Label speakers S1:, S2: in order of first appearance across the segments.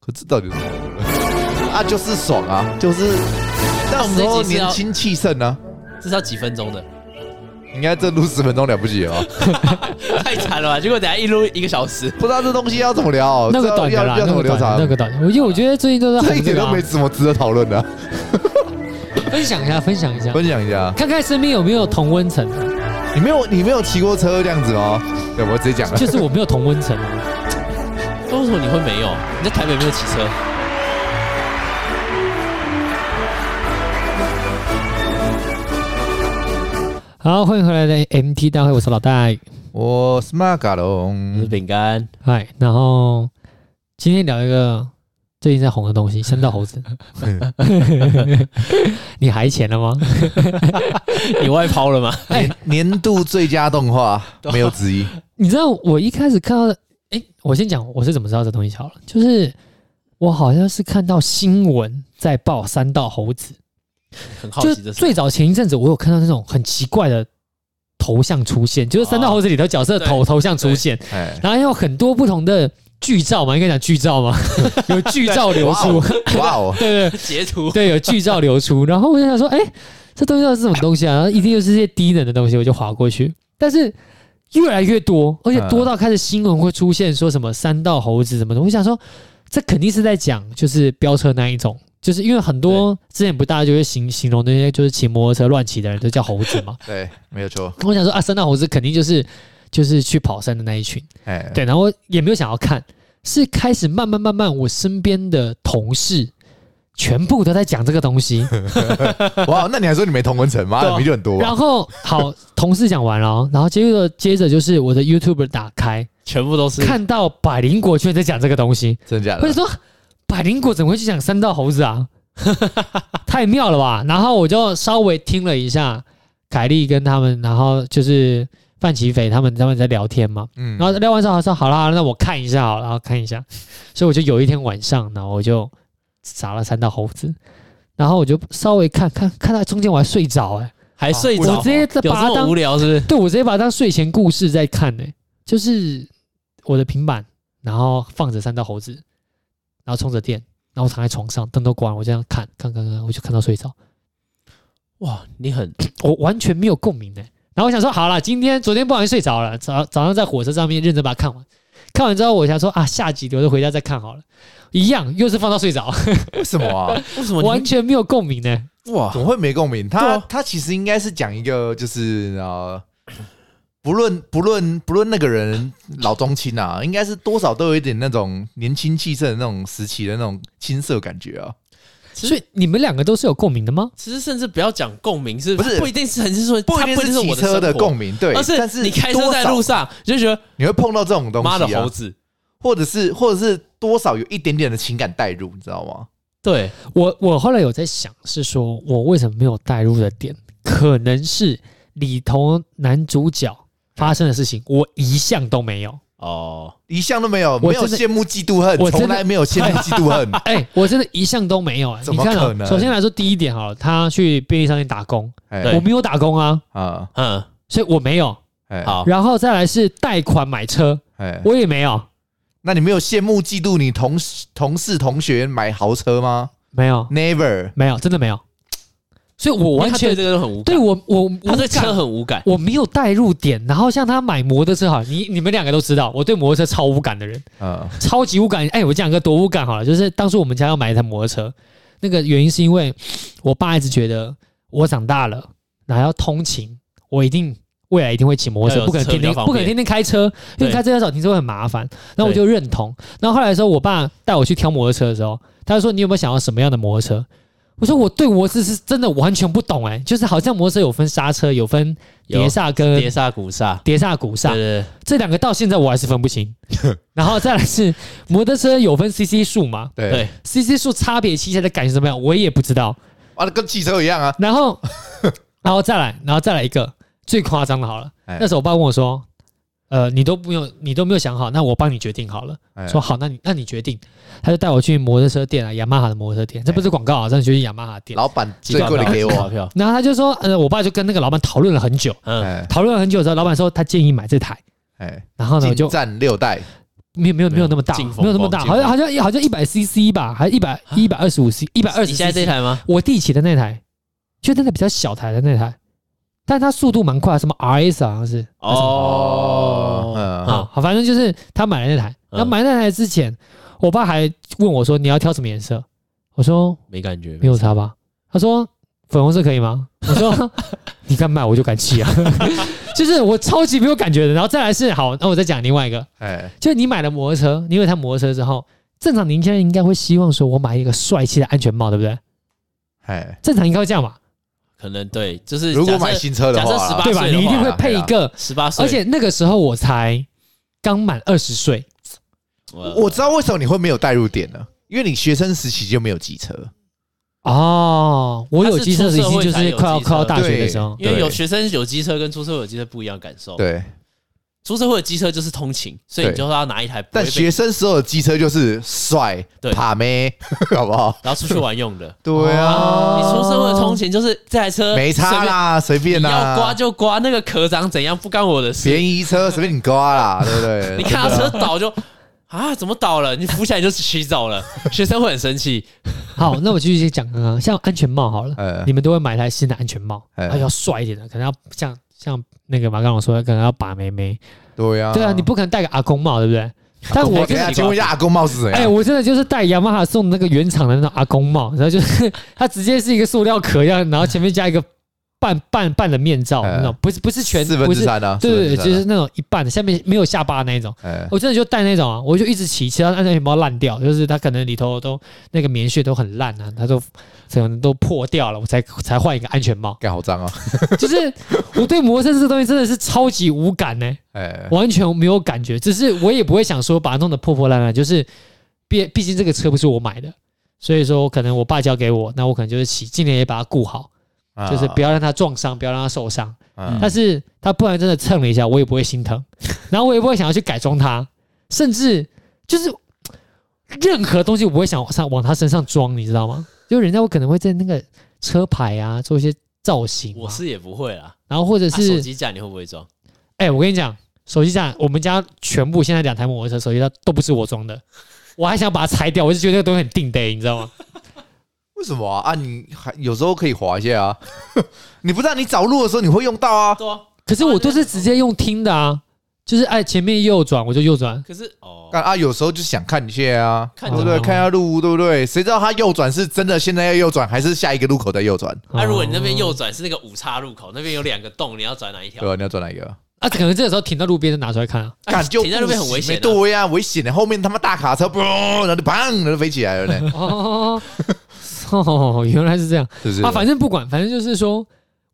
S1: 可这到底是怎么了？ 啊，就是爽啊，就是那时候年轻气盛啊，
S2: 这是要几分钟的，
S1: 应该这录十分钟了不起 哦，
S2: 太惨了吧？结果等下一录一个小时，
S1: 不知道这东西要怎么聊哦，
S3: 那个
S1: 这
S3: 短的
S1: 要
S3: 啦，
S1: 要
S3: 那
S1: 怎么
S3: 个
S1: 聊
S3: 短
S1: 啥
S3: 的，？那个短的。我因为我觉得最近都 在
S1: 这
S3: 红
S1: 一点
S3: 个
S1: 都
S3: 啊
S1: 没什么值得讨论的 啊，
S3: 分享一下，分享一下，
S1: 分享一下。 啊
S3: 看看身边有没有同温层啊，
S1: 你没有你没有骑过车这样子哦？对，我直接讲了，
S3: 就是我没有同温层啊。
S2: 为什么你会没有？你在台北没有骑车？
S3: 好，欢迎回来的 MT 大会，我是老戴。
S1: 我是马卡
S2: 我 是
S1: 龙，
S2: 饼干，
S3: 嗨，然后今天聊一个最近在红的东西——山道猴 子。 你还钱了吗？
S2: 你外抛了吗？
S3: 哎
S1: 年年度最佳动画 没有之一，
S3: 你知道我一开始看到的，哎、我先讲我是怎么知道这东西好了，就是我好像是看到新闻在报山道猴子，
S2: 很好
S3: 就是
S2: 奇这是
S3: 最早前一阵子我有看到那种很奇怪的头像出现，就是山道猴子里头角色的头、
S2: 哦
S3: 头像出现，
S1: 哎，
S3: 然后有很多不同的剧照嘛，应该讲剧照嘛， 有剧照流出，
S1: 哇哦，
S3: 对对
S2: 截图，
S3: 对，有剧照流出。然后我就想说，哎、这东西到底是什么东西啊？然后一定又是这些低能的东西，我就划过去。但是越来越多，而且多到开始新闻会出现说什么三道猴子什么的。我想说，这肯定是在讲就是飙车那一种。就是因为很多之前不大家就会形形容那些就是骑摩托车乱骑的人都叫猴子嘛，
S1: 对，没有错，
S3: 我想说啊，三道猴子肯定就是就是去跑山的那一群，
S1: 哎，
S3: 对，然后也没有想要看，是开始慢慢慢慢，我身边的同事全部都在讲这个东西，
S1: 哇，哦那你还说你没同文层吗？
S3: 对啊
S1: 你就很多吧，
S3: 然后好，同事讲完了哦，然后接着接着就是我的 YouTube 打开，
S2: 全部都是呃
S3: 看到百灵果居然在讲这个东西，
S1: 真的假
S3: 我就
S1: 的？
S3: 说百灵果怎么会去讲三道猴子啊？ 太妙了吧！然后我就稍微听了一下凯莉跟他们，然后就是范奇斐他们他们在聊天嘛，
S1: 嗯
S3: 然后聊完之后他说好啦，好啦那我看一下好了，然后看一下，所以我就有一天晚上，然后我就砸了三道猴子，然后我就稍微看看看到中间我还睡着哎、
S2: 还睡
S3: 我
S2: 着
S3: 直，接
S2: 有
S3: 把它
S2: 这么
S3: 当
S2: 无聊是不是？
S3: 对我直接把它当睡前故事在看呢、欸就是我的平板，然后放着三道猴子，然后充着电，然后躺在床上，灯都关了，我这样看，看看看，我就看到睡着，
S2: 哇，你很
S3: 我完全没有共鸣呢、欸然后我想说，好了，今天昨天不小心睡着了，早早上在火车上面认真把它看完，看完之后我想说啊，下集留着回家再看好了，一样又是放到睡着，
S1: 为什么啊？
S2: 为什么你
S3: 完全没有共鸣呢、欸
S2: 哇
S1: 怎？么会没共鸣？
S2: 啊对
S1: 他
S2: 啊
S1: 他其实应该是讲一个就是呃，不论不论不论那个人老中青啊，应该是多少都有一点那种年轻气盛的那种时期的那种青涩感觉啊。
S2: 其实
S3: 所以你们两个都是有共鸣的吗？
S2: 其实甚至不要讲共鸣，是
S1: 不是
S2: 不一定是很是说
S1: 不一
S2: 它
S1: 定是骑
S2: 我
S1: 车的
S2: 的
S1: 共鸣，对，
S2: 鸣，而
S1: 但
S2: 是
S1: 是
S2: 你开车在路
S1: 多少
S2: 上你就觉得
S1: 你会碰到这种东西、啊，
S2: 妈的猴子，
S1: 或者是或者是多少有一点点的情感代入，你知道吗？
S2: 对，
S3: 我我后来有在想，是说我为什么没有带入的点，可能是里头男主角发生的事情，我一项都没 有。
S2: 哦，
S1: 一向都没有，
S3: 我
S1: 没有
S3: 真的
S1: 羡慕嫉妒恨
S3: 我，真的
S1: 从来没有羡慕嫉妒 恨。
S3: 哎、我真的一项都没有、哎，
S1: 怎
S3: 你
S1: 么
S3: 看、
S1: 可
S3: 啊，
S1: 能
S3: 首先来说，第一点好了，他去便利商店打工，我
S1: 哎
S3: 没有打工啊，
S1: 啊
S2: 嗯，
S3: 所以我没有。
S1: 哎
S2: 好，
S3: 然后再来是贷款买车，
S1: 哎，
S3: 我也没有，
S1: 那你没有羡慕嫉妒你同事同事同学买豪车吗
S3: 没有，
S1: ？Never。
S3: 没有，真的没有。所以我
S2: 因为
S3: 完
S2: 他
S3: 全
S2: 对这个都很无
S3: 对
S2: 感，
S3: 我我
S2: 他对
S3: 无感
S2: 车很无感，
S3: 我没有带入点，然后像他买摩托车好了，你你们两个都知道，我对摩托车超无感的人，
S2: 啊
S1: 嗯
S3: 超级无感。哎、我讲个多无感好了，就是当初我们家要买一台摩托车，那个原因是因为我爸一直觉得我长大了，然后要通勤，我一定未来一定会骑摩托
S2: 要
S3: 车，
S2: 有
S3: 不可能
S2: 车
S3: 天天
S2: 比较方
S3: 不可能
S2: 便
S3: 天天开车，因为
S2: 对
S3: 开车要找停车位很麻烦。那我就认同。然后后来的时候，我爸带我去挑摩托车的时候，他就说：“你有没有想要什么样的摩托车？”我说：“我对摩托车是真的完全不懂哎、就是好像摩托车有分刹车，有分碟
S2: 有
S3: 刹跟
S2: 碟刹鼓刹，
S3: 碟刹鼓刹
S2: 对，对
S3: 这两个到现在我还是分不 清。然后再来是摩托车有分 CC 数嘛
S1: 对
S2: 对对，
S3: ？CC 数差别骑起来的感觉怎么样？我也不知道。
S1: 啊，跟汽车一样啊。
S3: 然 后，然后再来，然后再来一个最夸张的好了。
S1: 哎
S3: 那时候我爸问我说：“呃，你都不用，你都没有想好，那我帮你决定好了。”
S1: 哎
S3: 说好，那你那你决定。他就带我去摩托车店啊，雅马哈的摩托车店，这不是广告啊，这你就去雅马哈店。
S1: 老板
S2: 几
S1: 最贵的
S2: 票
S1: 给
S2: 几发
S1: 我，
S2: 票，
S3: 然后他就说：“呃，我爸就跟那个老板讨论了很久，
S2: 嗯，
S1: 哎
S3: 讨论了很久之后，老板说他建议买这台。”
S1: 哎，
S2: 嗯
S3: 然后呢，我
S1: 进
S3: 就
S1: 站六代，
S3: 没有没有没有那么大，
S2: 劲风
S3: 没有那么大，
S2: 暴
S3: 好
S2: 劲
S3: 像好像好像一百 CC 吧，还一百一百二十五 C，一百二十。
S2: 你现在这台吗？
S3: 我弟骑的那台，就那台比较小台的那台，但它速度蛮快，什么 RS 好像是
S2: 哦，
S1: 嗯
S3: 啊，好，反正就是他买了那台。
S2: 嗯
S3: 然后买那台之前，我爸还问我说：“你要挑什么颜色？”我说
S2: 没感觉，：“
S3: 没有差吧？”他说：“粉红色可以吗？”我说：“你敢买我就敢骑啊！” 就是我超级没有感觉的。然后再来是好，那我再讲另外一个，
S1: 哎，
S3: 就是你买了摩托车，你有一台摩托车之后，正常年轻人应该会希望说我买一个帅气的安全帽，对不对？
S1: 哎，
S3: 正常应该会这样吧，
S2: 可能对，就是
S1: 如果买新车的
S2: 假设
S1: 话
S2: 18
S1: 啦，
S3: 对吧？
S2: 岁的
S3: 你一定
S2: 话
S3: 会配一个。
S2: 十八岁，
S3: 而且那个时候我才刚满二十岁，
S2: 我
S1: 我知道为什么你会没有代入点了，因为你学生时期就没有机车，
S3: 哦，我有机车时已经就是快要快要大学的时候，
S2: 因为有
S1: 对
S2: 学生有机车跟出社会有机车不一样的感受，，
S1: 对。
S2: 出社会的机车就是通勤，所以你
S1: 对
S2: 就是要拿一台不会
S1: 但
S2: 被，
S1: 学生时候的机车就是帅
S2: 对、
S1: 爬妹， 好不好？
S2: 然后出去玩用 的。
S1: 对
S3: 哦
S1: 啊，
S2: 你出社会的通勤就是这台车
S1: 没差啦，随
S2: 随
S1: 便
S2: 便，你要刮
S1: 啦，
S2: 就刮，那个壳长怎样不干我的事。
S1: 便宜车随便你刮啦，对不对？
S2: 你看到车 倒就啊，怎么倒了？你扶起来就洗澡了， 学生会很生气。
S3: 好，那我继续讲刚刚，像安全帽好了，
S1: 呃
S3: 你们都会买一台新的安全帽，
S1: 哎
S3: 它要帅一点的，可能要像像那个马刚龙说，的，可能要把妹妹。
S1: 对啊，
S3: 对啊，你不可能戴个阿公帽，对不对？但
S1: 阿公帽
S3: 我
S1: 等
S3: 跟
S1: 一下
S3: 你
S1: 请问一下，阿公帽是怎啊
S3: 哎，
S1: 样？
S3: 我真的就是戴雅马哈送的那个原厂的那种阿公帽，然后就是它直接是一个塑料壳一样，然后前面加一个半半半的面罩，
S1: 哎
S3: 那种不是不是全
S1: 四分
S3: 不
S1: 之
S3: 是，
S1: 三啊，
S3: 对对
S1: 四
S3: 对，就
S1: 分之三
S3: 是
S1: 啊
S3: 那种一半的，下面没有下巴那一种。
S1: 哎。
S3: 我真的就戴那种啊，我就一直骑，骑到安全帽烂掉，就是它可能里头都那个棉絮都很烂啊，它都可能都破掉了，我才才换一个安全帽
S1: 干好脏啊，
S3: 就是我对摩托车这东西真的是超级无感呢、
S1: 哎，
S3: 完全没有感觉，只是我也不会想说把它弄得破破烂烂，就是毕毕竟这个车不是我买的，所以说可能我爸交给我，那我可能就是骑，尽量也把它顾好，
S2: 啊
S3: 就是不
S1: 要，
S3: 要让它撞伤，不要让它受伤。
S1: 嗯
S3: 但是他不然真的蹭了一下，我也不会心疼， 然后我也不会想要去改装它，甚至就是任何东西我不会想上往他身上装，你知道吗？就人家我可能会在那个车牌啊做一些造型、
S2: 我
S3: 啊，
S2: 是也不会啦，
S3: 然后或者
S2: 啊手
S3: 是
S2: 机架你会不会装？
S3: 哎、我跟你讲，手机架我们家全部现在两台摩托车手机架都不是我装 的，我还想把它拆掉，我就觉得那个东西很定得，你知道吗？
S1: 为什么啊？啊你还有时候可以滑一下啊，你不知道你找路的时候你会用到啊，
S2: 对啊，
S3: 可是我都是直接用听的啊，就是哎前面右转我就右转，
S2: 可是哦，
S1: 干啊，有时候就想看一下啊，
S2: 看
S1: 对不对？
S3: 怎么样
S1: 看一下路，对不对？谁知道他右转是真的现在要右转，还是下一个路口再右转？
S2: 那、啊如果你那边右转是那个五岔路口，那边有两个洞，你要转哪一条
S1: 对？吧？你要转哪一个？
S3: 啊，可能这个时候停到路边就拿出来看啊。
S2: 啊
S1: 干就
S2: 停在那边很危险、啊。
S1: 对呀，危险的，后面他妈大卡车，嘣，然后就砰，然后就飞起来了呢，
S3: 哦，哦，原来是这样
S1: 是不是？
S3: 啊！反正不管，反正就是说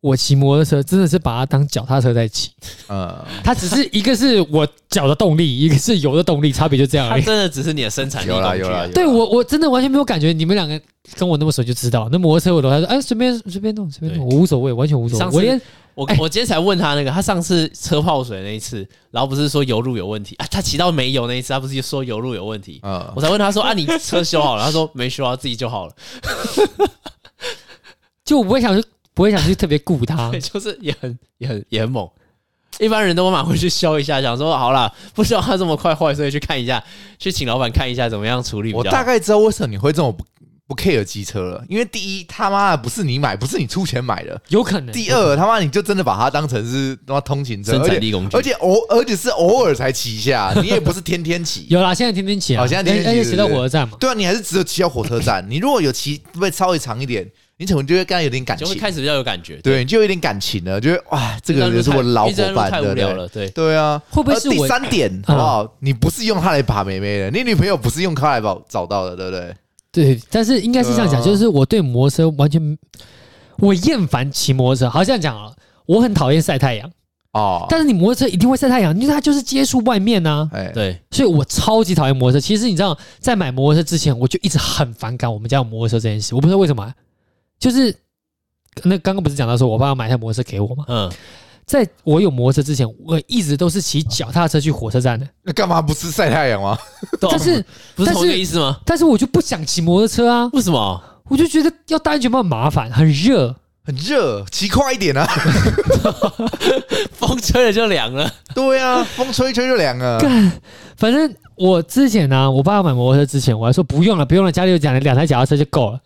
S3: 我骑摩托车真的是把它当脚踏车在骑，
S1: 嗯，
S3: 它只是一个是我脚的动力，一个是油的动力，差别就这样
S2: 它
S3: 而已。
S2: 真的只是你的生产力
S1: 有啦
S2: 工具
S1: 有
S2: 啊
S1: 啦，有啦
S3: 对我，我真的完全没有感觉。你们两个跟我那么熟就知道，那摩托车我都还说，哎，随便随便弄，随便弄，我无所谓，完全无所
S2: 上
S3: 谓。
S2: 次
S3: 我连
S2: 我
S3: 哎
S2: 我今天才问他那个，他上次车泡水那一次，然后不是说油路有问题啊？他骑到没油那一次，他不是说油路有问题？
S1: 嗯，
S2: 我才问他说啊，你车修好了？他说没修啊，自己就好 了。
S3: 就我不会想去，不会想去特别顾 它
S2: 对，。就是也很也很也很猛。一般人都会买回去修一下，想说好啦，不知道它这么快坏，所以去看一下，去请老板看一下怎么样处理比
S1: 我
S2: 较好。
S1: 大概知道为什么你会这么不不 care 机车了，因为第一他妈的不是你买，不是你出钱买的，
S3: 有可能。
S1: 第二他妈你就真的把它当成是他妈通勤车，
S2: 生
S1: 而
S2: 产
S1: 且
S2: 力工具
S1: 而，且偶而且是偶尔才骑一下，你也不是天天骑。
S3: 有啦，现在天天骑啊，
S1: 哦现在天天骑
S3: 而且
S1: 是
S3: 骑
S1: 不是
S3: 到火车站嘛。
S1: 对啊，你还是只有骑到火车 站。你如果有骑会稍微长一点，你可能就会跟他有点感
S2: 就
S1: 情
S2: 会，开始比较有感觉。
S1: 对，你就有点感情了，就会哇，这个
S2: 段路
S1: 人是
S2: 太
S1: 我老
S2: 因为这
S1: 伙
S2: 段路
S1: 伴，
S2: 太
S1: 对不
S2: 无聊
S1: 对？
S2: 了，嗯对。
S1: 对啊，
S3: 会不会
S1: 呃
S3: 是
S1: 第
S3: 我
S1: 三点好不好？你不是用它来把妹妹的，你女朋友不是用它来把我找到的，对不对？
S3: 对，但是应该是这样
S1: 对
S3: 讲，
S1: 啊
S3: 就是我对摩托车完全，我厌烦骑摩托车。好，这样讲好了，我很讨厌晒太阳，
S1: 哦，
S3: 但是你摩托车一定会晒太阳，因为它就是接触外面啊呐、
S1: 哎，
S2: 对
S3: 所以我超级讨厌摩托车。其实你知道，在买摩托车之前，我就一直很反感我们家有摩托车这件事。我不知道为什么啊、就是那刚刚不是讲到说我爸要买一台摩托车给我吗？
S2: 嗯，
S3: 在我有摩托车之前，我一直都是骑脚踏车去火车站的，
S1: 那干嘛不是晒太阳吗？
S2: 懂
S3: 但是
S2: 哦不是
S3: 但
S2: 同一个
S3: 是
S2: 意思 吗？
S3: 但是我就不想骑摩托车啊，
S2: 为什么？
S3: 我就觉得要戴安全帽很麻烦，很热。
S1: 很热，骑快一点啊！
S2: 风吹了就凉了。
S1: 对啊，风吹一吹就凉了。
S3: 反正我之前呢、我爸要买摩托车之前，我还说不用了，不用了，家里有两两台脚踏车就够了。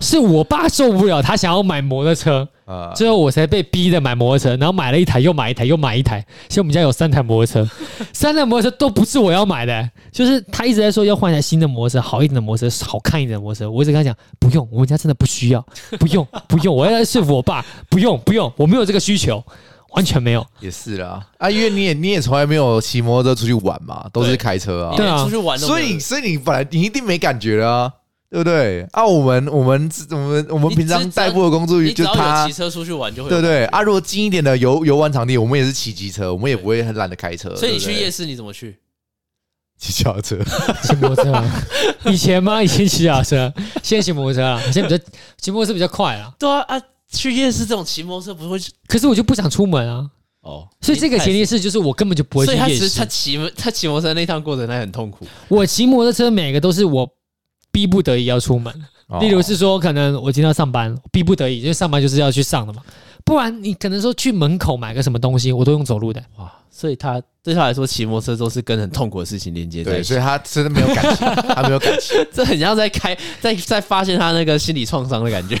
S3: 是我爸受不了，他想要买摩托车，
S1: 啊，
S3: 最后我才被逼的买摩托车，然后买了一台，又买一台，又买一台。现在我们家有三台摩 托车，三台摩托车都不是我要买的、就是他一直在说要换一台新的摩托车，好一点的摩托车，好看一点的摩托车。我一直跟他讲不用，我们家真的不需要，不 用不用，我要来说服我爸，不用不用，我没有这个需求，完全没有。
S1: 也是啦。啊，因为你也你也从来没有骑摩托车出去玩嘛，都是
S2: 对
S1: 开车啊
S2: 你。
S3: 对
S2: 连
S3: 啊
S2: 出去玩都没有
S1: 所以所以你本来你一定没感觉啊，对不对？啊，我们我们我们我们
S2: 你
S1: 平常
S2: 只
S1: 代步的工具
S2: 你只
S1: 就
S2: 要有
S1: 它
S2: 骑，车出去玩就会
S1: 对
S2: 有
S1: 不。对？啊，如果近一点的游游玩场地，我们也是骑机车，我们也不会很懒得开车。
S2: 所以你
S1: 对不
S2: 去
S1: 对
S2: 夜市你怎么去？
S1: 骑脚踏车，
S3: 骑摩托车啊，以前吗？以前骑脚踏车，现在骑摩托车啊，现在比较骑摩托车比较快啊。
S2: 对啊啊，去夜市这种骑摩托车不会去
S3: 可是我就不想出门啊，
S2: 哦，
S3: 所以这个前提是就是我根本就不会去
S2: 所以他
S3: 夜
S2: 其实他
S3: 市。
S2: 骑他骑摩托车那趟过程他很痛苦，
S3: 我骑摩托车每个都是我逼不得已要出门，
S1: 哦
S3: 例如是说可能我今天要上班，逼不得已，因为上班就是要去上的嘛。不然你可能说去门口买个什么东西，我都用走路的。
S2: 哇！所以他对他来说，骑摩托车都是跟很痛苦的事情连接在
S1: 对，
S2: 一
S1: 所
S2: 起。
S1: 以他真的没有感情，他没有感情。
S2: 这很像在开在在发现他那个心理创伤的感 觉。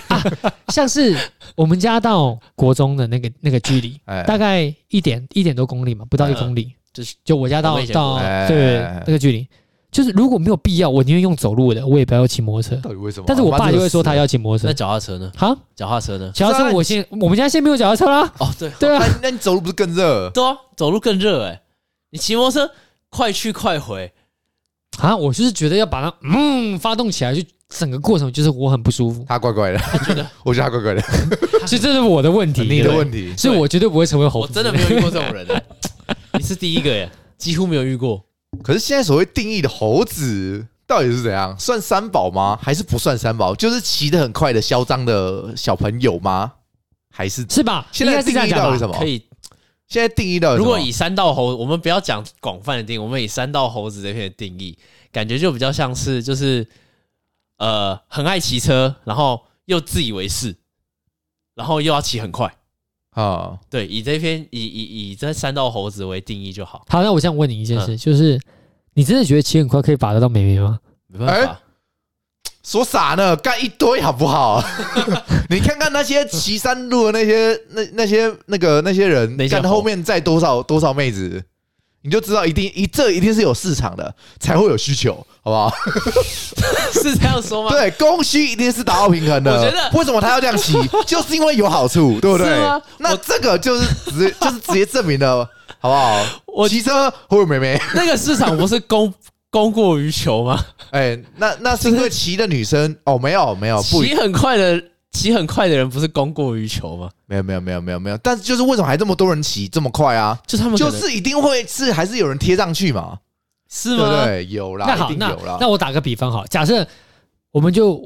S3: 像是我们家到国中的那个那个距离，
S1: 哎，
S3: 大概一点一点多公里嘛，不到一公里，
S2: 就是
S3: 就我家
S2: 哎我
S3: 到
S2: 们以前
S3: 到
S2: 国
S1: 内
S3: 对
S1: 哎
S3: 那个距离，就是如果没有必要，我宁愿用走路的，我也不要骑摩托车。
S1: 到底为什么啊？
S3: 但是我爸就会说他
S1: 要。
S3: 要骑摩托
S2: 那
S3: 车。
S2: 脚踏车呢？
S3: 好，
S2: 脚踏车呢？
S3: 脚踏
S1: 不是
S3: 车
S1: 啊
S3: 我现我们家现在没有脚踏车啦。
S2: 哦，对
S3: 对 啊，
S1: 哎那那你走路不是更热？
S2: 对啊，走路更热哎、你骑摩托车快去快回，
S3: 啊，我就是觉得要把它嗯发动起来，就整个过程就是我很不舒 服，
S1: 他怪怪的，
S2: 他觉得
S1: 我觉得他怪怪的，
S3: 所以这是我的问题，
S1: 你的
S3: 题，
S1: 问题。
S3: 所以我绝对不会成为猴
S2: 我
S3: 子。
S2: 真的没有遇过这种人、 欸，你是第一个耶、几乎没有遇过。
S1: 可是现在所谓定义的猴子到底是怎样？算三宝吗？还是不算三宝？就是骑得很快的嚣张的小朋友吗？还是
S3: 是吧？
S1: 现在
S3: 应该是
S1: 定
S3: 这样
S1: 义到底是
S3: 讲
S1: 什
S3: 吧。
S1: 么？
S2: 可以，
S1: 现在定义到底是
S2: 如
S1: 什么
S2: 果以三道猴，我们不要讲广泛的定义，我们以三道猴子这片的定义，感觉就比较像是就是呃，很爱骑车，然后又自以为是，然后又要骑很快。
S1: 啊，
S2: 对，以这篇以以以这三道猴子为定义就好，
S3: 好，那我这样问你一件
S1: 嗯
S3: 事，就是你真的觉得骑很快可以把得到美眉吗？
S2: 没办法。
S1: 说啥呢？干一堆好不好？ 你看看那些骑山路的那些那那些那个那些人
S2: 那，些
S1: 看
S2: 猴
S1: 后面载多少多少妹子，你就知道一定一这一定是有市场的，才会有需求，好不好？
S2: 是这样说吗？
S1: 对，供需一定是达到平衡的。
S2: 我觉得
S1: 为什么他要这样 骑，就是因为有好处，对不对
S2: 是吗？
S1: 那这个就是直接 就是直接证明了，好不好？
S2: 我
S1: 骑车或者妹妹，
S2: 那个市场不是供供过于求吗？
S1: 哎、那那是因为骑的女生哦，没有没有不一
S2: 骑很快的骑很快的人不是供过于求吗？
S1: 没有没有没有没有没有，但是就是为什么还这么多人骑这么快啊？
S2: 就他们
S1: 就
S2: 可能
S1: 是一定会是还是有人贴上去嘛，
S2: 是
S1: 对
S2: 吗？
S1: 不对？有啦，
S3: 那好，
S1: 一定
S3: 那
S1: 有啦。
S3: 那我打个比方好，假设我们就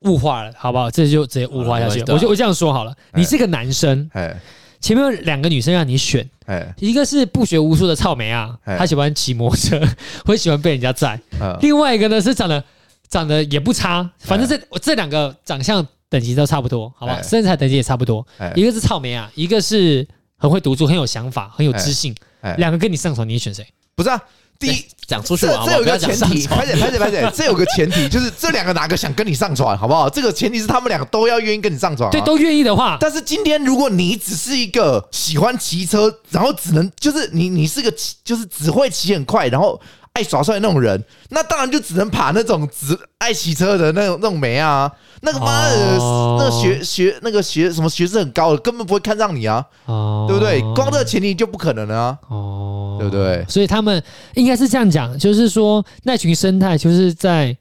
S3: 物化了，好不好？这就直接物化
S1: 嗯
S2: 好了
S3: 下去
S2: 没关系
S3: 了。我就我这样说好了，
S1: 哎
S3: 你是个男生，
S1: 哎
S3: 前面有两个女生让你选，
S1: 哎
S3: 一个是不学无术的草莓啊，
S1: 哎
S3: 她喜欢骑摩托车， 会喜欢被人家载；
S1: 嗯
S3: 另外一个呢是长得长得也不差，反正这我这两个长相等级都差不多，好吧？
S1: 哎
S3: 身材等级也差不多，
S1: 哎
S3: 一个是草莓啊，一个是很会读书、很有想法、很有知性，
S1: 哎，
S3: 两个跟你上床，你选谁？
S1: 不是啊，第一
S2: 哎讲出去
S1: 这
S2: 玩好不
S1: 这
S2: 好？
S1: 有一
S2: 不要
S1: 个
S2: 讲
S1: 前
S2: 上
S1: 提，
S2: 床
S1: 拍。姐拍姐拍姐，这有个前提就是这两个哪个想跟你上床，好不好？这个前提是他们两个都要愿意跟你上床、啊。
S3: 对，都愿意的话，
S1: 但是今天如果你只是一个喜欢骑车，然后只能就是你你是个骑就是只会骑很快，然后爱耍帅的那种人，那当然就只能爬那种只爱骑车的那种那种梅啊，那个妈的、
S3: 哦
S1: 那个学学那个学什么学识很高的，根本不会看上你啊，
S3: 哦，
S1: 对不对？光这个前提就不可能了啊，
S3: 哦，
S1: 对不对
S3: 所以他们应该是这样讲，就是说那群生态就是在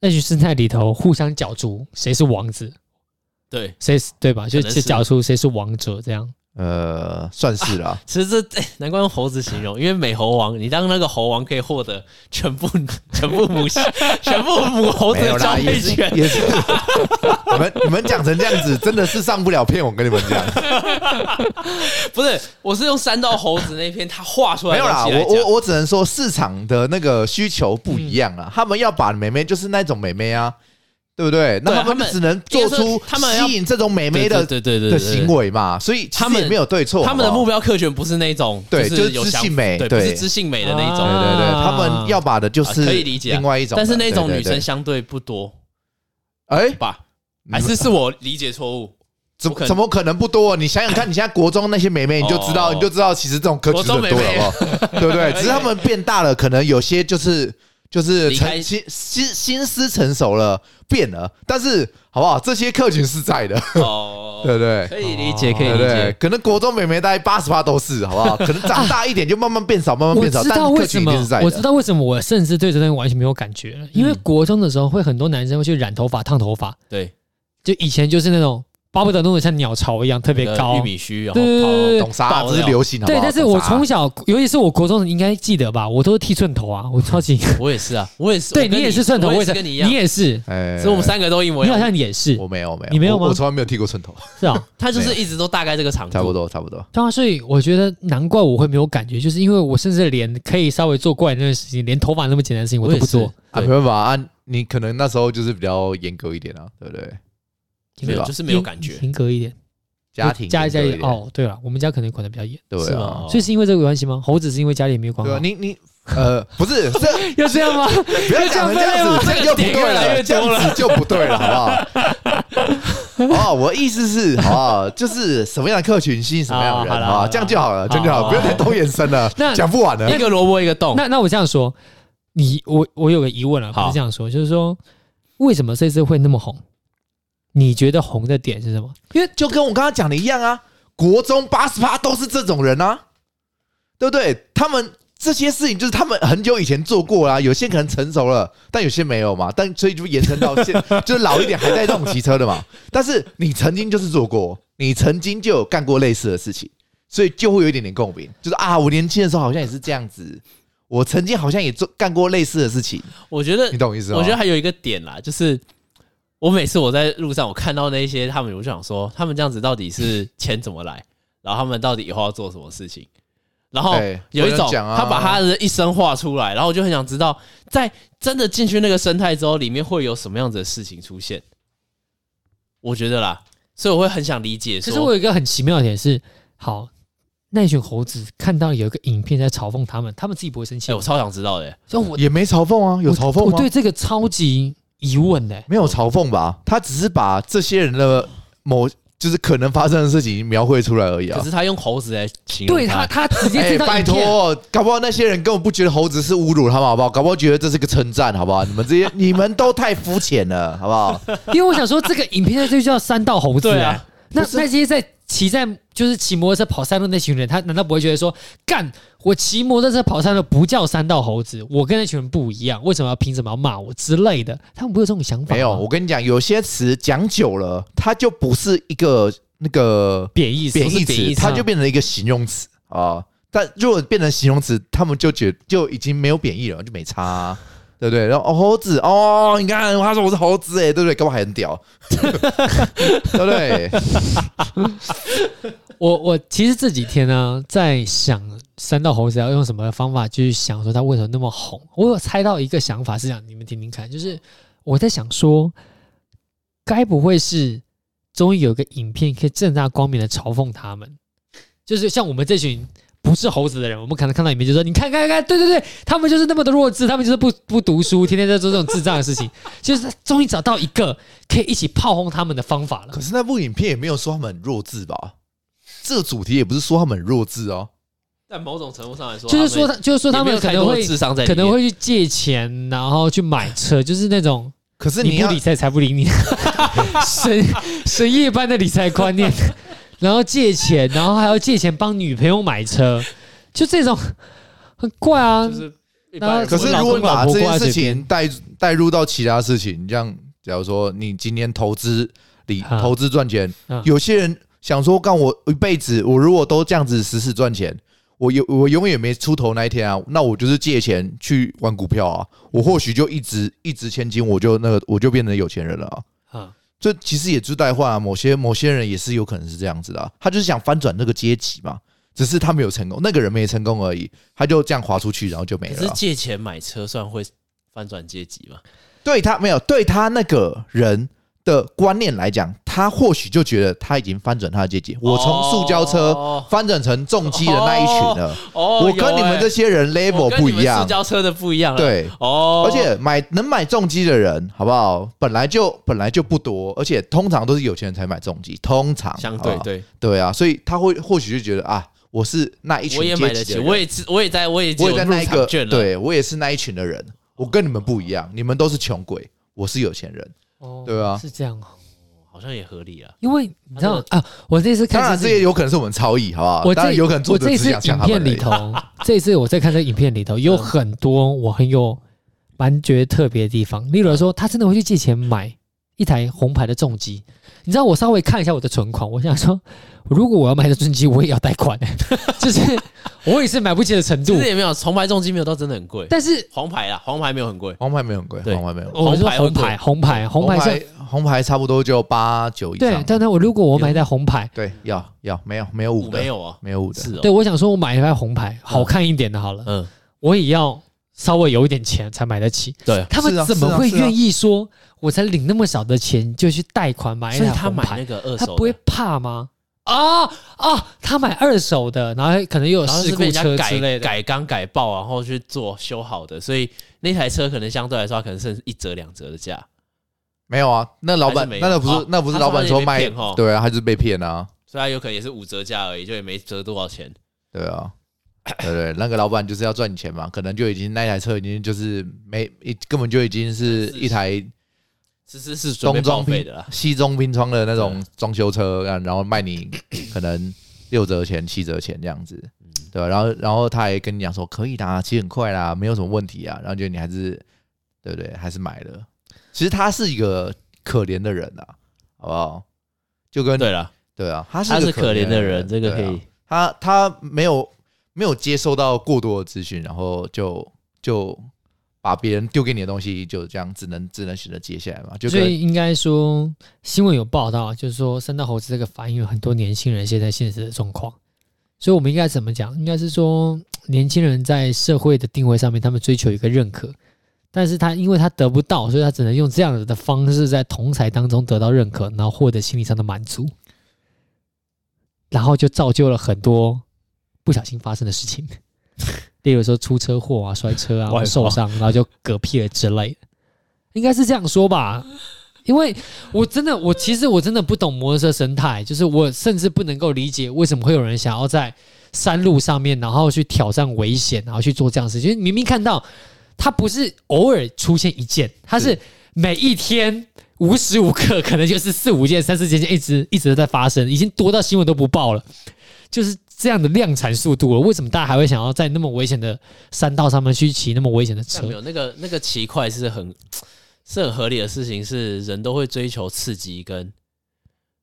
S3: 那群生态里头互相角逐，谁是王子，
S2: 对，
S3: 谁是对吧？就
S2: 可能是
S3: 是角逐谁是王者这样。
S1: 呃，算是啦、
S2: 其实这、哎 难怪用猴子形容，因为美猴王，你当那个猴王可以获得全部 全部母 全部母猴子
S1: 没有
S2: 的交
S1: 啦，也
S2: 配
S1: 是
S2: 权。
S1: 也 是。你们你们讲成这样子，真的是上不了片。我跟你们讲，
S2: 不是，我是用三道猴子那篇他画出 来
S1: 没有
S2: 的东
S1: 啦，
S2: 西来
S1: 我
S2: 讲。
S1: 我我只能说市场的那个需求不一样啦，他们要把妹妹就是那种妹妹啊。对不对？那
S2: 对
S1: 他
S2: 他
S1: 们
S2: 们
S1: 就只能做
S2: 应
S1: 出
S2: 该说他们要
S1: 吸引这种美眉的
S2: 对对对对
S1: 的
S2: 对
S1: 行为嘛，所以其实
S2: 他们
S1: 也没有对错，
S2: 他们的
S1: 好不好
S2: 目标客群不是那种
S1: 对
S2: 就
S1: 就是
S2: 有
S1: 知
S2: 想
S1: 性美
S2: 对，不
S1: 对
S2: 是知性美的那一种，
S3: 啊
S1: 对对对，他们要把的就是
S2: 啊可以理解啊
S1: 另外一种的，
S2: 但是那种
S1: 对
S2: 女生，
S1: 对对
S2: 相对不多
S1: 哎，
S2: 吧？
S1: 你
S2: 还是是我理解 错误？
S1: 怎
S2: 不可能
S1: 怎么可能不多？你想想看，你现在国中那些美眉，你就知道，
S2: 哦
S1: 你就知道，其实这种科群
S2: 国
S1: 很
S2: 中
S1: 多了，
S2: 妹 妹
S1: 好不好？对不对？只是他们变大了，可能有些就是就是
S2: 离开
S1: 成心心心思成熟了，变了，但是好不好？这些客群是在的，
S2: 哦，
S1: 对不对？
S2: 可以理
S3: 哦
S2: 解，可以
S1: 对
S2: 理
S1: 不对
S2: 解？。
S1: 可能国中美眉大概八十八都是，好不好？可能长大一点就慢慢变少，慢慢
S3: 我
S1: 变少，
S3: 知
S1: 但
S3: 道
S1: 客
S3: 为
S1: 群
S3: 什
S1: 一
S3: 么
S1: 定是在，的。
S3: 我知道为什么我甚至对这东西完全没有感觉了，因
S2: 嗯
S3: 为国中的时候会很多男生会去染头发、烫头发，
S2: 对，
S3: 就以前就是那种巴不得弄得像鸟巢一样特别高
S2: 玉。米须，哦然后
S3: 对对对对对
S1: 懂啥？
S2: 爆
S1: 这
S2: 料
S1: 是流行，好不
S3: 对，
S1: 好？
S3: 但是
S1: 懂
S3: 我
S1: 啥
S3: 从小，尤其是我国中，你应该记得吧？我都是剃寸头啊，我超级，
S2: 我也是啊，我也是，
S3: 对
S2: 我跟
S3: 也是寸头，
S2: 我也
S3: 也
S2: 是
S3: 是，
S2: 跟你一样
S3: 你，也是，
S1: 哎，
S2: 所以我们三个都一模一
S3: 你好
S2: 样。
S3: 像也是，
S1: 我没有，我没有，
S3: 你没有
S1: 我
S3: 吗
S1: 我从来没有剃过寸头，
S3: 是啊，
S2: 他就是一直都大概这个长度，
S1: 差不多，差不多。
S3: 对啊，所以我觉得难怪我会没有感觉，就是因为我甚至连可以稍微做怪那件事情，连头发那么简单的事情我
S2: 我
S3: 都
S2: 也
S3: 不
S2: 是
S3: 做，
S1: 啊，
S2: 对
S1: 没办法啊，你可能那时候就是比较严格一点啊，对不对？
S2: 没
S1: 对
S2: 有，
S1: 吧
S2: 就是没有感觉。
S3: 严格一点，
S1: 家庭
S3: 家
S1: 严
S3: 家
S1: 格一
S3: 里
S1: 点，
S3: 哦，对了，我们家可能管的比较严，
S1: 对
S2: 是
S1: 啊
S2: 吗，
S3: 所以是因为这个关系吗？猴子是因为家里没有管
S1: 对
S3: 好
S1: 啊，， 你你呃，不是， 这
S3: 要这样吗？
S1: 不要讲成这样子，这个就不对
S2: 点越来
S1: 了，
S2: 越
S1: 这
S2: 多了
S1: 样子就不对了，好 不好？哦，我意思是，好不好？就是什么样的客群吸引什么样的
S3: 好好
S1: 人，
S3: 啦
S1: 啊好不
S3: 好
S1: 好？
S3: 啦
S1: 这样就好了，
S3: 好
S1: 这样就好，
S3: 好
S1: 不要再多延伸了
S3: 那，
S1: 讲不完了
S2: 一。个萝卜一个
S1: 哦
S2: 洞，
S3: 那那我这样说，你我我有个疑问啊，不
S2: 好
S3: 是这样说，就是说为什么这次会那么红？你觉得红的点是什么？
S1: 因为就跟我刚刚讲的一样啊，国中八十八都是这种人啊，对不对？他们这些事情就是他们很久以前做过啦、有些可能成熟了，但有些没有嘛，但所以就延伸到 现，就是老一点还在这种骑车的嘛。但是你曾经就是做过，你曾经就有干过类似的事情，所以就会有一点点共鸣，就是啊，我年轻的时候好像也是这样子，我曾经好像也做干过类似的事情，
S2: 我觉得
S1: 你懂我意思吗？
S2: 我觉得还有一个点啦，就是我每次我在路上我看到那些他们，我就想说，他们这样子到底是钱怎么来，然后他们到底以后要做什么事情。然后
S1: 对
S2: 有一
S1: 不
S2: 种
S1: 能讲啊
S2: 他把他的一生画出来，然后我就很想知道，在真的进去那个生态之后，里面会有什么样子的事情出现。我觉得啦，所以我会很想理解
S3: 可
S2: 说。
S3: 是我有一个很奇妙的点是，好，那一群猴子看到有一个影片在嘲讽他们，他们自己不会生气
S2: 哎、，我超想知道的、
S3: 所以我
S1: 也没嘲讽啊，有嘲讽
S3: 我
S1: 吗？
S3: 我对这个超级疑问的、
S1: 没有嘲讽吧？他只是把这些人的某就是可能发生的事情描绘出来而已啊
S2: 可。是他用猴子来形容
S3: 对他，他直接
S1: 哎、
S3: 这张
S1: 拜
S3: 影片，
S1: 托，搞不好那些人根本不觉得猴子是侮辱他们，好不好？搞不好觉得这是个称赞，好不好？你们这些你们都太肤浅了，好不好？
S3: 因为我想说这个影片就叫三道猴子、
S2: 对
S3: 啊
S2: 啊，
S3: 那
S1: 不是
S3: 那些在骑在就是骑摩托车跑山路那群人，他难道不会觉得说，干我骑摩托车跑山路不叫三道猴子，我跟那群人不一样，为什么要凭什么要骂我之类的？他们不会有这种想法吗，
S1: 没有，我跟你讲，有些词讲久了，它就不是一个那个
S3: 贬义啊
S1: 贬义
S3: 不是
S1: 词，嗯它就变成一个形容词啊。但如果变成形容词，他们就觉就已经没有贬义了，就没差啊、对不对？然后、哦、猴子哦，你看他说我是猴子哎，对不对？干嘛还很屌， 对不对？
S3: 我我其实这几天呢、在想三道猴子要用什么方法去想说他为什么那么红。我有猜到一个想法是这样，你们听听看，就是我在想说，该不会是终于有一个影片可以正大光明的嘲讽他们，就是像我们这群。不是猴子的人，我们可能看到影片就说：“你看看看，对对对，他们就是那么的弱智，他们就是不不读书，天天在做这种智障的事情。” 就是终于找到一个可以一起炮轰他们的方法了
S1: 可。是那部影片也没有说他们很弱智吧？这个主题也不是说他们很弱智哦，
S2: 但某种程度上来说，
S3: 就是说他，就是说他
S2: 也没
S3: 们
S2: 有
S3: 可
S2: 太
S3: 能
S2: 多
S3: 会
S2: 的智商在里
S3: 可
S2: 面，
S3: 能会去借钱，然后去买车，就是那种
S1: 可是
S3: 你
S1: 你
S3: 不
S1: 要
S3: 理财财不理你，神神一般的理财观念，然后借钱，然后还要借钱帮女朋友买车，就这种很怪啊。
S2: 就是一
S3: 那
S2: 般人
S1: 嗯可是
S2: 会
S1: 如
S3: 老
S1: 果
S3: 公
S1: 你把
S3: 老婆
S1: 这件
S3: 挂
S1: 事
S3: 在嘴边
S1: 情带带入到其他事情，这样，假如说你今天投资理
S3: 啊
S1: 投资赚钱
S3: 啊，
S1: 有些人想说，干我一辈子，我如果都这样子实时赚钱，我永我永远没出头那一天啊，那我就是借钱去玩股票啊，我或许就一直一掷千金，我就那个我就变成有钱人了啊。
S2: 嗯
S3: 啊，
S1: 这其实也是代换啊，某些某些人也是有可能是这样子的啊、他就是想翻转那个阶级嘛，只是他没有成功，那个人没成功而已，他就这样滑出去，然后就没
S2: 可
S1: 了
S2: 是
S1: 啊。
S2: 借钱买车算会翻转阶级吗？
S1: 对他没有对他那个人的观念来讲，他或许就觉得他已经翻转他的阶级。我从塑胶车
S2: 哦，
S1: 翻转成重机的那一群了，
S2: 哦
S1: 我跟你们这
S2: 些
S1: 些人 level 不一样
S2: 塑，胶车的不一样，，
S1: 对。
S2: 哦，
S1: 而且买能买重机的人，好不好？本来就本来就不多，而且通常都是有钱人才买重机，通常
S2: 相
S1: 好不
S2: 对
S1: 好
S2: 对，
S1: 对啊，所以他会或许就觉得啊，我是那一群
S2: 我也
S1: 阶
S2: 买得
S1: 级
S2: 起，
S1: 的人
S2: 我也知我也在我也
S1: 我
S2: 有
S1: 也在
S2: 入
S1: 那一
S2: 场
S1: 个，
S2: 券啊了，
S1: 对我也是那一群的人，我跟你们不一样，你们都是穷鬼，我是有钱人。
S3: 哦
S1: 对啊
S3: 是这样哦。
S2: 好像也合理啊。
S3: 因为你知道啊，我这次看
S1: 当然，这
S3: 次
S1: 也有可能是我们超意，好不好？
S3: 我
S1: 啊当
S3: 这
S1: 然有可能作
S3: 我
S1: 者
S3: 这
S1: 只
S3: 次
S1: 想
S3: 影
S1: 讲他们
S3: 片里
S1: 而已。
S3: 头，这次我在看这个影片里头有很多我很有蛮觉得特别的地
S1: 嗯
S3: 方，例如说他真的会去借钱买一台红牌的重机。你知道我稍微看一下我的存款，我想说，如果我要买的重机，我也要贷款、欸 就是我也是买不起的程
S2: 其
S3: 度
S2: 实。也没有，红牌重机没有到真的很贵，
S3: 但是
S2: 黄牌啦，黄牌没有很贵，
S1: 黄牌没有很贵，
S2: 对
S1: 黄牌没有很贵，
S3: 我
S2: 红
S3: 说
S2: 牌
S3: 红
S2: 会
S3: 牌，红牌，红牌是，
S1: 牌红牌差不多就八九以
S3: 对
S1: 上。。
S3: 但是我如果我买一台红牌，
S1: 对，要要没有没有
S2: 五
S1: 五的，
S2: 没有啊，
S1: 没有嗯五的，
S2: 是
S3: 对
S2: 哦，
S3: 我想说我买一台红牌，好看一点的好了，
S2: 嗯，
S3: 我也要稍微有一点钱才买得起。
S2: 对，
S3: 他们
S1: 是啊
S3: 怎么
S1: 是啊
S3: 会
S1: 是啊
S3: 愿意说，我才领那么少的钱就去贷款买一
S2: 所以
S3: 台
S2: 他
S3: 红
S2: 买那
S3: 牌？
S2: 个二
S3: 他
S2: 手的，
S3: 不会怕吗？啊啊！他买二手的，然后可能又有
S2: 然后
S3: 事
S2: 是
S3: 故
S2: 被人家
S3: 车之
S2: 改
S3: 类的。
S2: 改缸改爆，啊然后去做修好的，所以那台车可能相对来说，它可能剩一折两折的价，
S1: 没有啊。那老板
S2: 还是没有
S1: 那那不
S2: 哦
S1: 是那不是
S2: 他说
S1: 老板
S2: 他
S1: 说
S2: 也被
S1: 卖
S2: 骗哦
S1: 对啊，他就是被骗啊，
S2: 所以它有可能也是五折价而已，就也没折多少钱。
S1: 对啊。对对，那个老板就是要赚你钱嘛，可能就已经那台车已经就是没，一根本就已经是一台
S2: 是是是准备
S1: 东
S2: 报
S1: 装
S2: 废
S1: 拼
S2: 的啦，
S1: 西装拼装的那种装修车，啊然后卖你 可能六折钱、七折钱这样子，
S2: 嗯
S1: 对吧？然后然后他还跟你讲说可以的啊，其实很快啦，没有什么问题啊。然后觉得你还是对不对？还是买了。其实他是一个可怜的人啊，好不好？就跟
S2: 对了，
S1: 对啊，他是
S2: 他
S1: 一
S2: 是
S1: 个
S2: 可怜的人，这个可
S1: 对啊
S2: 以。
S1: 他他没有没有接收到过多的资讯，然后就就把别人丢给你的东西就这样，只能只能选择接下来嘛，就
S3: 所
S1: 跟
S3: 以应该说，新闻有报道，就是说三道猴子这个反映了很多年轻人现在现实的状况。所以我们应该怎么讲？应该是说，年轻人在社会的定位上面，他们追求一个认可，但是他因为他得不到，所以他只能用这样子的方式在同才当中得到认可，然后获得心理上的满足，然后就造就了很多不小心发生的 事情，例如说出车祸啊、摔车啊、
S2: 外
S3: 或受
S2: 包
S3: 伤，然后就嗝屁了之类的，应该是这样说吧。因为我真的，我其实我真的不懂摩托车生态，就是我甚至不能够理解为什么会有人想要在山路上面，然后去挑战危险，然后去做这样的事情。就是明明看到它不是偶尔出现一件，它是
S1: 是
S3: 每一天无时无刻可能就是四五件、三四件，一直一直在发生，已经多到新闻都不报了，就是这样的量产速度了。为什么大家还会想要在那么危险的山道上面去骑那么危险的
S2: 但
S3: 车
S2: 没？有那个那个奇快是很是很合理的事情，是人都会追求刺激跟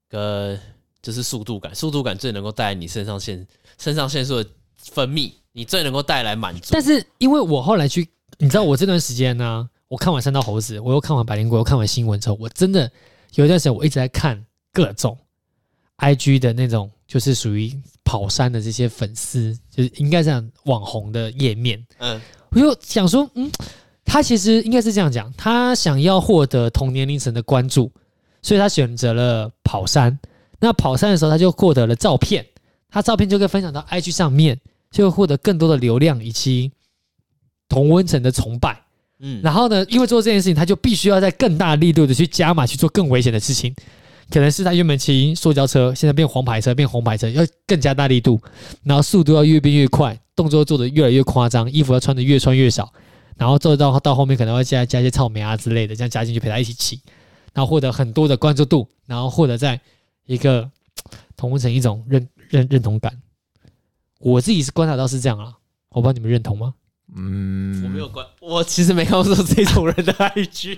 S2: 跟就是速度感，速度感最能够带来你肾上腺肾上腺素的分泌，你最能够带来满足。
S3: 但是因为我后来去，你知道我这段时间呢、我看完《三道猴子》，我又看完《百灵果》，又看完新闻之后，我真的有一段时间我一直在看各种 IG 的那种，就是属于跑山的这些粉丝，就是应该这样网红的页面。
S2: 嗯，
S3: 我就想说，嗯，他其实应该是这样讲，他想要获得同年龄层的关注，所以他选择了跑山。那跑山的时候，他就获得了照片，他照片就可以分享到 IG 上面，就会获得更多的流量以及同温层的崇拜。
S2: 嗯，
S3: 然后呢，因为做这件事情，他就必须要在更大力度的去加码去做更危险的事情，可能是他原本骑塑胶车，现在变黄牌车，变红牌车，要更加大力度，然后速度要越变越快，动作做的越来越夸张，衣服要穿的越穿越少，然后做到到后面可能要加加一些草莓啊之类的，这样加进去陪他一起骑，然后获得很多的关注度，然后获得在一个嘖同温层一种认认认同感。我自己是观察到是这样啊，我不知道你们认同吗？
S1: 嗯，
S2: 我没有关，我其实没看过这种人的 IG。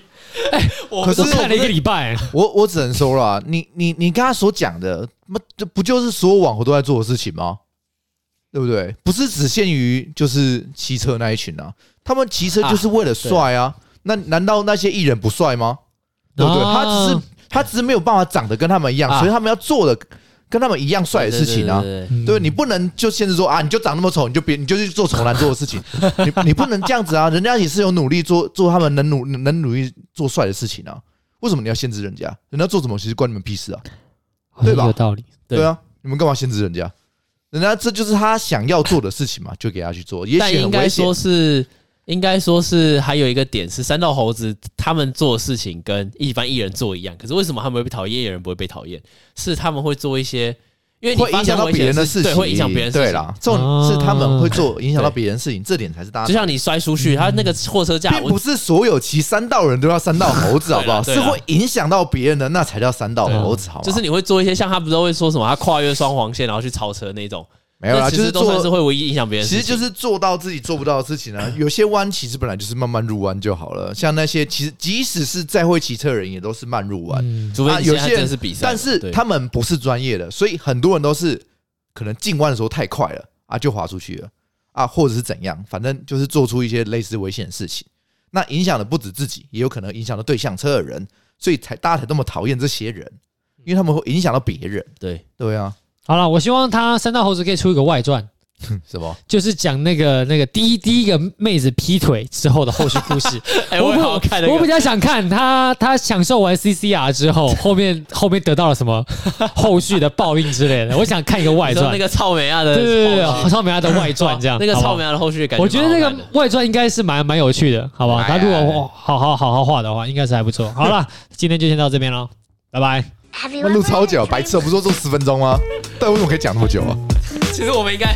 S2: 我
S1: 可是
S3: 我看了一个礼拜、
S1: 我我只能说啦，你你你刚才所讲的，那这不就是所有网红都在做的事情吗？对不对？不是只限于就是骑车那一群啊，他们骑车就是为了帅啊。那难道那些艺人不帅吗？对不对？
S3: 啊
S1: 他只是他只是没有办法长得跟他们一样，
S3: 啊
S1: 所以他们要做的跟他们一样 帅的事情啊。
S2: 对对对对
S3: 嗯
S1: 对，你不能就限制说啊，你就长那么丑，你就别你就去做丑男做的事情，你你不能这样子啊，人家也是有努力做做他们能努能努力做帅的事情啊，为什么你要限制人家？人家做什么其实关你们屁事啊，
S3: 好像
S1: 对吧
S3: 有道理。
S2: 对
S1: 对啊，你们干嘛限制人家？人家这就是他想要做的事情嘛，就给他去做，也
S2: 但
S1: 许
S2: 应
S1: 很
S2: 该
S1: 危险
S2: 说。是，应该说是还有一个点是，三道猴子他们做的事情跟一般艺人做一样，可是为什么他们会被讨厌，艺人不会被讨厌？是他们会做一些，因为你
S1: 会影响到别人的事
S2: 对，
S1: 情，
S2: 会影响别人的
S1: 对
S2: 事情。啊
S1: 啦，这种是他们会做影响到别人的事情，这点才是大
S2: 就
S1: 家。
S2: 像你摔出去，他那个货车架，
S1: 并不
S2: 我
S1: 是所有骑山道人都要山道猴 子，好不好？
S2: 对
S1: 是
S2: 啦啊
S1: 会影响到别人的，那才叫山道猴子，好吗？
S2: 就是你会做一些像他不是都会说什么，他跨越双黄线然后去超车那种，
S1: 没有啦，
S2: 那其
S1: 就
S2: 实
S1: 是
S2: 都算是
S1: 做，
S2: 会唯一影响别人的
S1: 其
S2: 事
S1: 实
S2: 情。
S1: 就是做到自己做不到的事情 啊。有些弯其实本来就是慢慢入弯就好了，像那些其实即使是再会骑车的人，也都是慢入弯。
S3: 嗯，
S2: 除非
S1: 啊
S2: 你
S1: 有
S2: 现在
S1: 些人
S2: 真的是比赛了，
S1: 但是
S2: 对
S1: 他们不是专业的，所以很多人都是可能进弯的时候太快了啊，就滑出去了啊，或者是怎样，反正就是做出一些类似危险的事情。那影响的不止自己，也有可能影响到对向车的人，所以才大家才那么讨厌这些人，因为他们会影响到别人。
S2: 对
S1: 对啊，
S3: 好了，我希望他三道猴子可以出一个外传，
S2: 嗯
S1: 什么？
S3: 就是讲那个那个第一第一个妹子劈腿之后的后续故事。
S2: 哎，我也好好看那
S3: 我
S2: 个，
S3: 比较想看他他享受完 CCR 之后，后面后面得到了什么后续的报应之类的。我想看一个外
S2: 你说
S3: 传，
S2: 那个草莓啊亚的
S3: 对
S2: 后续，
S3: 对对对，好像没他的外传这样。
S2: 那个
S3: 好不好
S2: 草莓亚的后续感，
S3: 我觉得那个 外传应该是蛮蛮有趣的，好不好？
S1: 哎
S3: 他如果
S1: 哎哎
S3: 哦好好好好画的话，应该是还不错。好了，今天就先到这边喽，拜拜。
S4: Have
S1: 那
S4: you
S1: 录
S4: ever
S1: 超久，
S4: had a
S1: 白
S4: dream
S1: 痴，不是说做十分钟吗？但为什么可以讲那么久啊？
S2: 其实我们应该。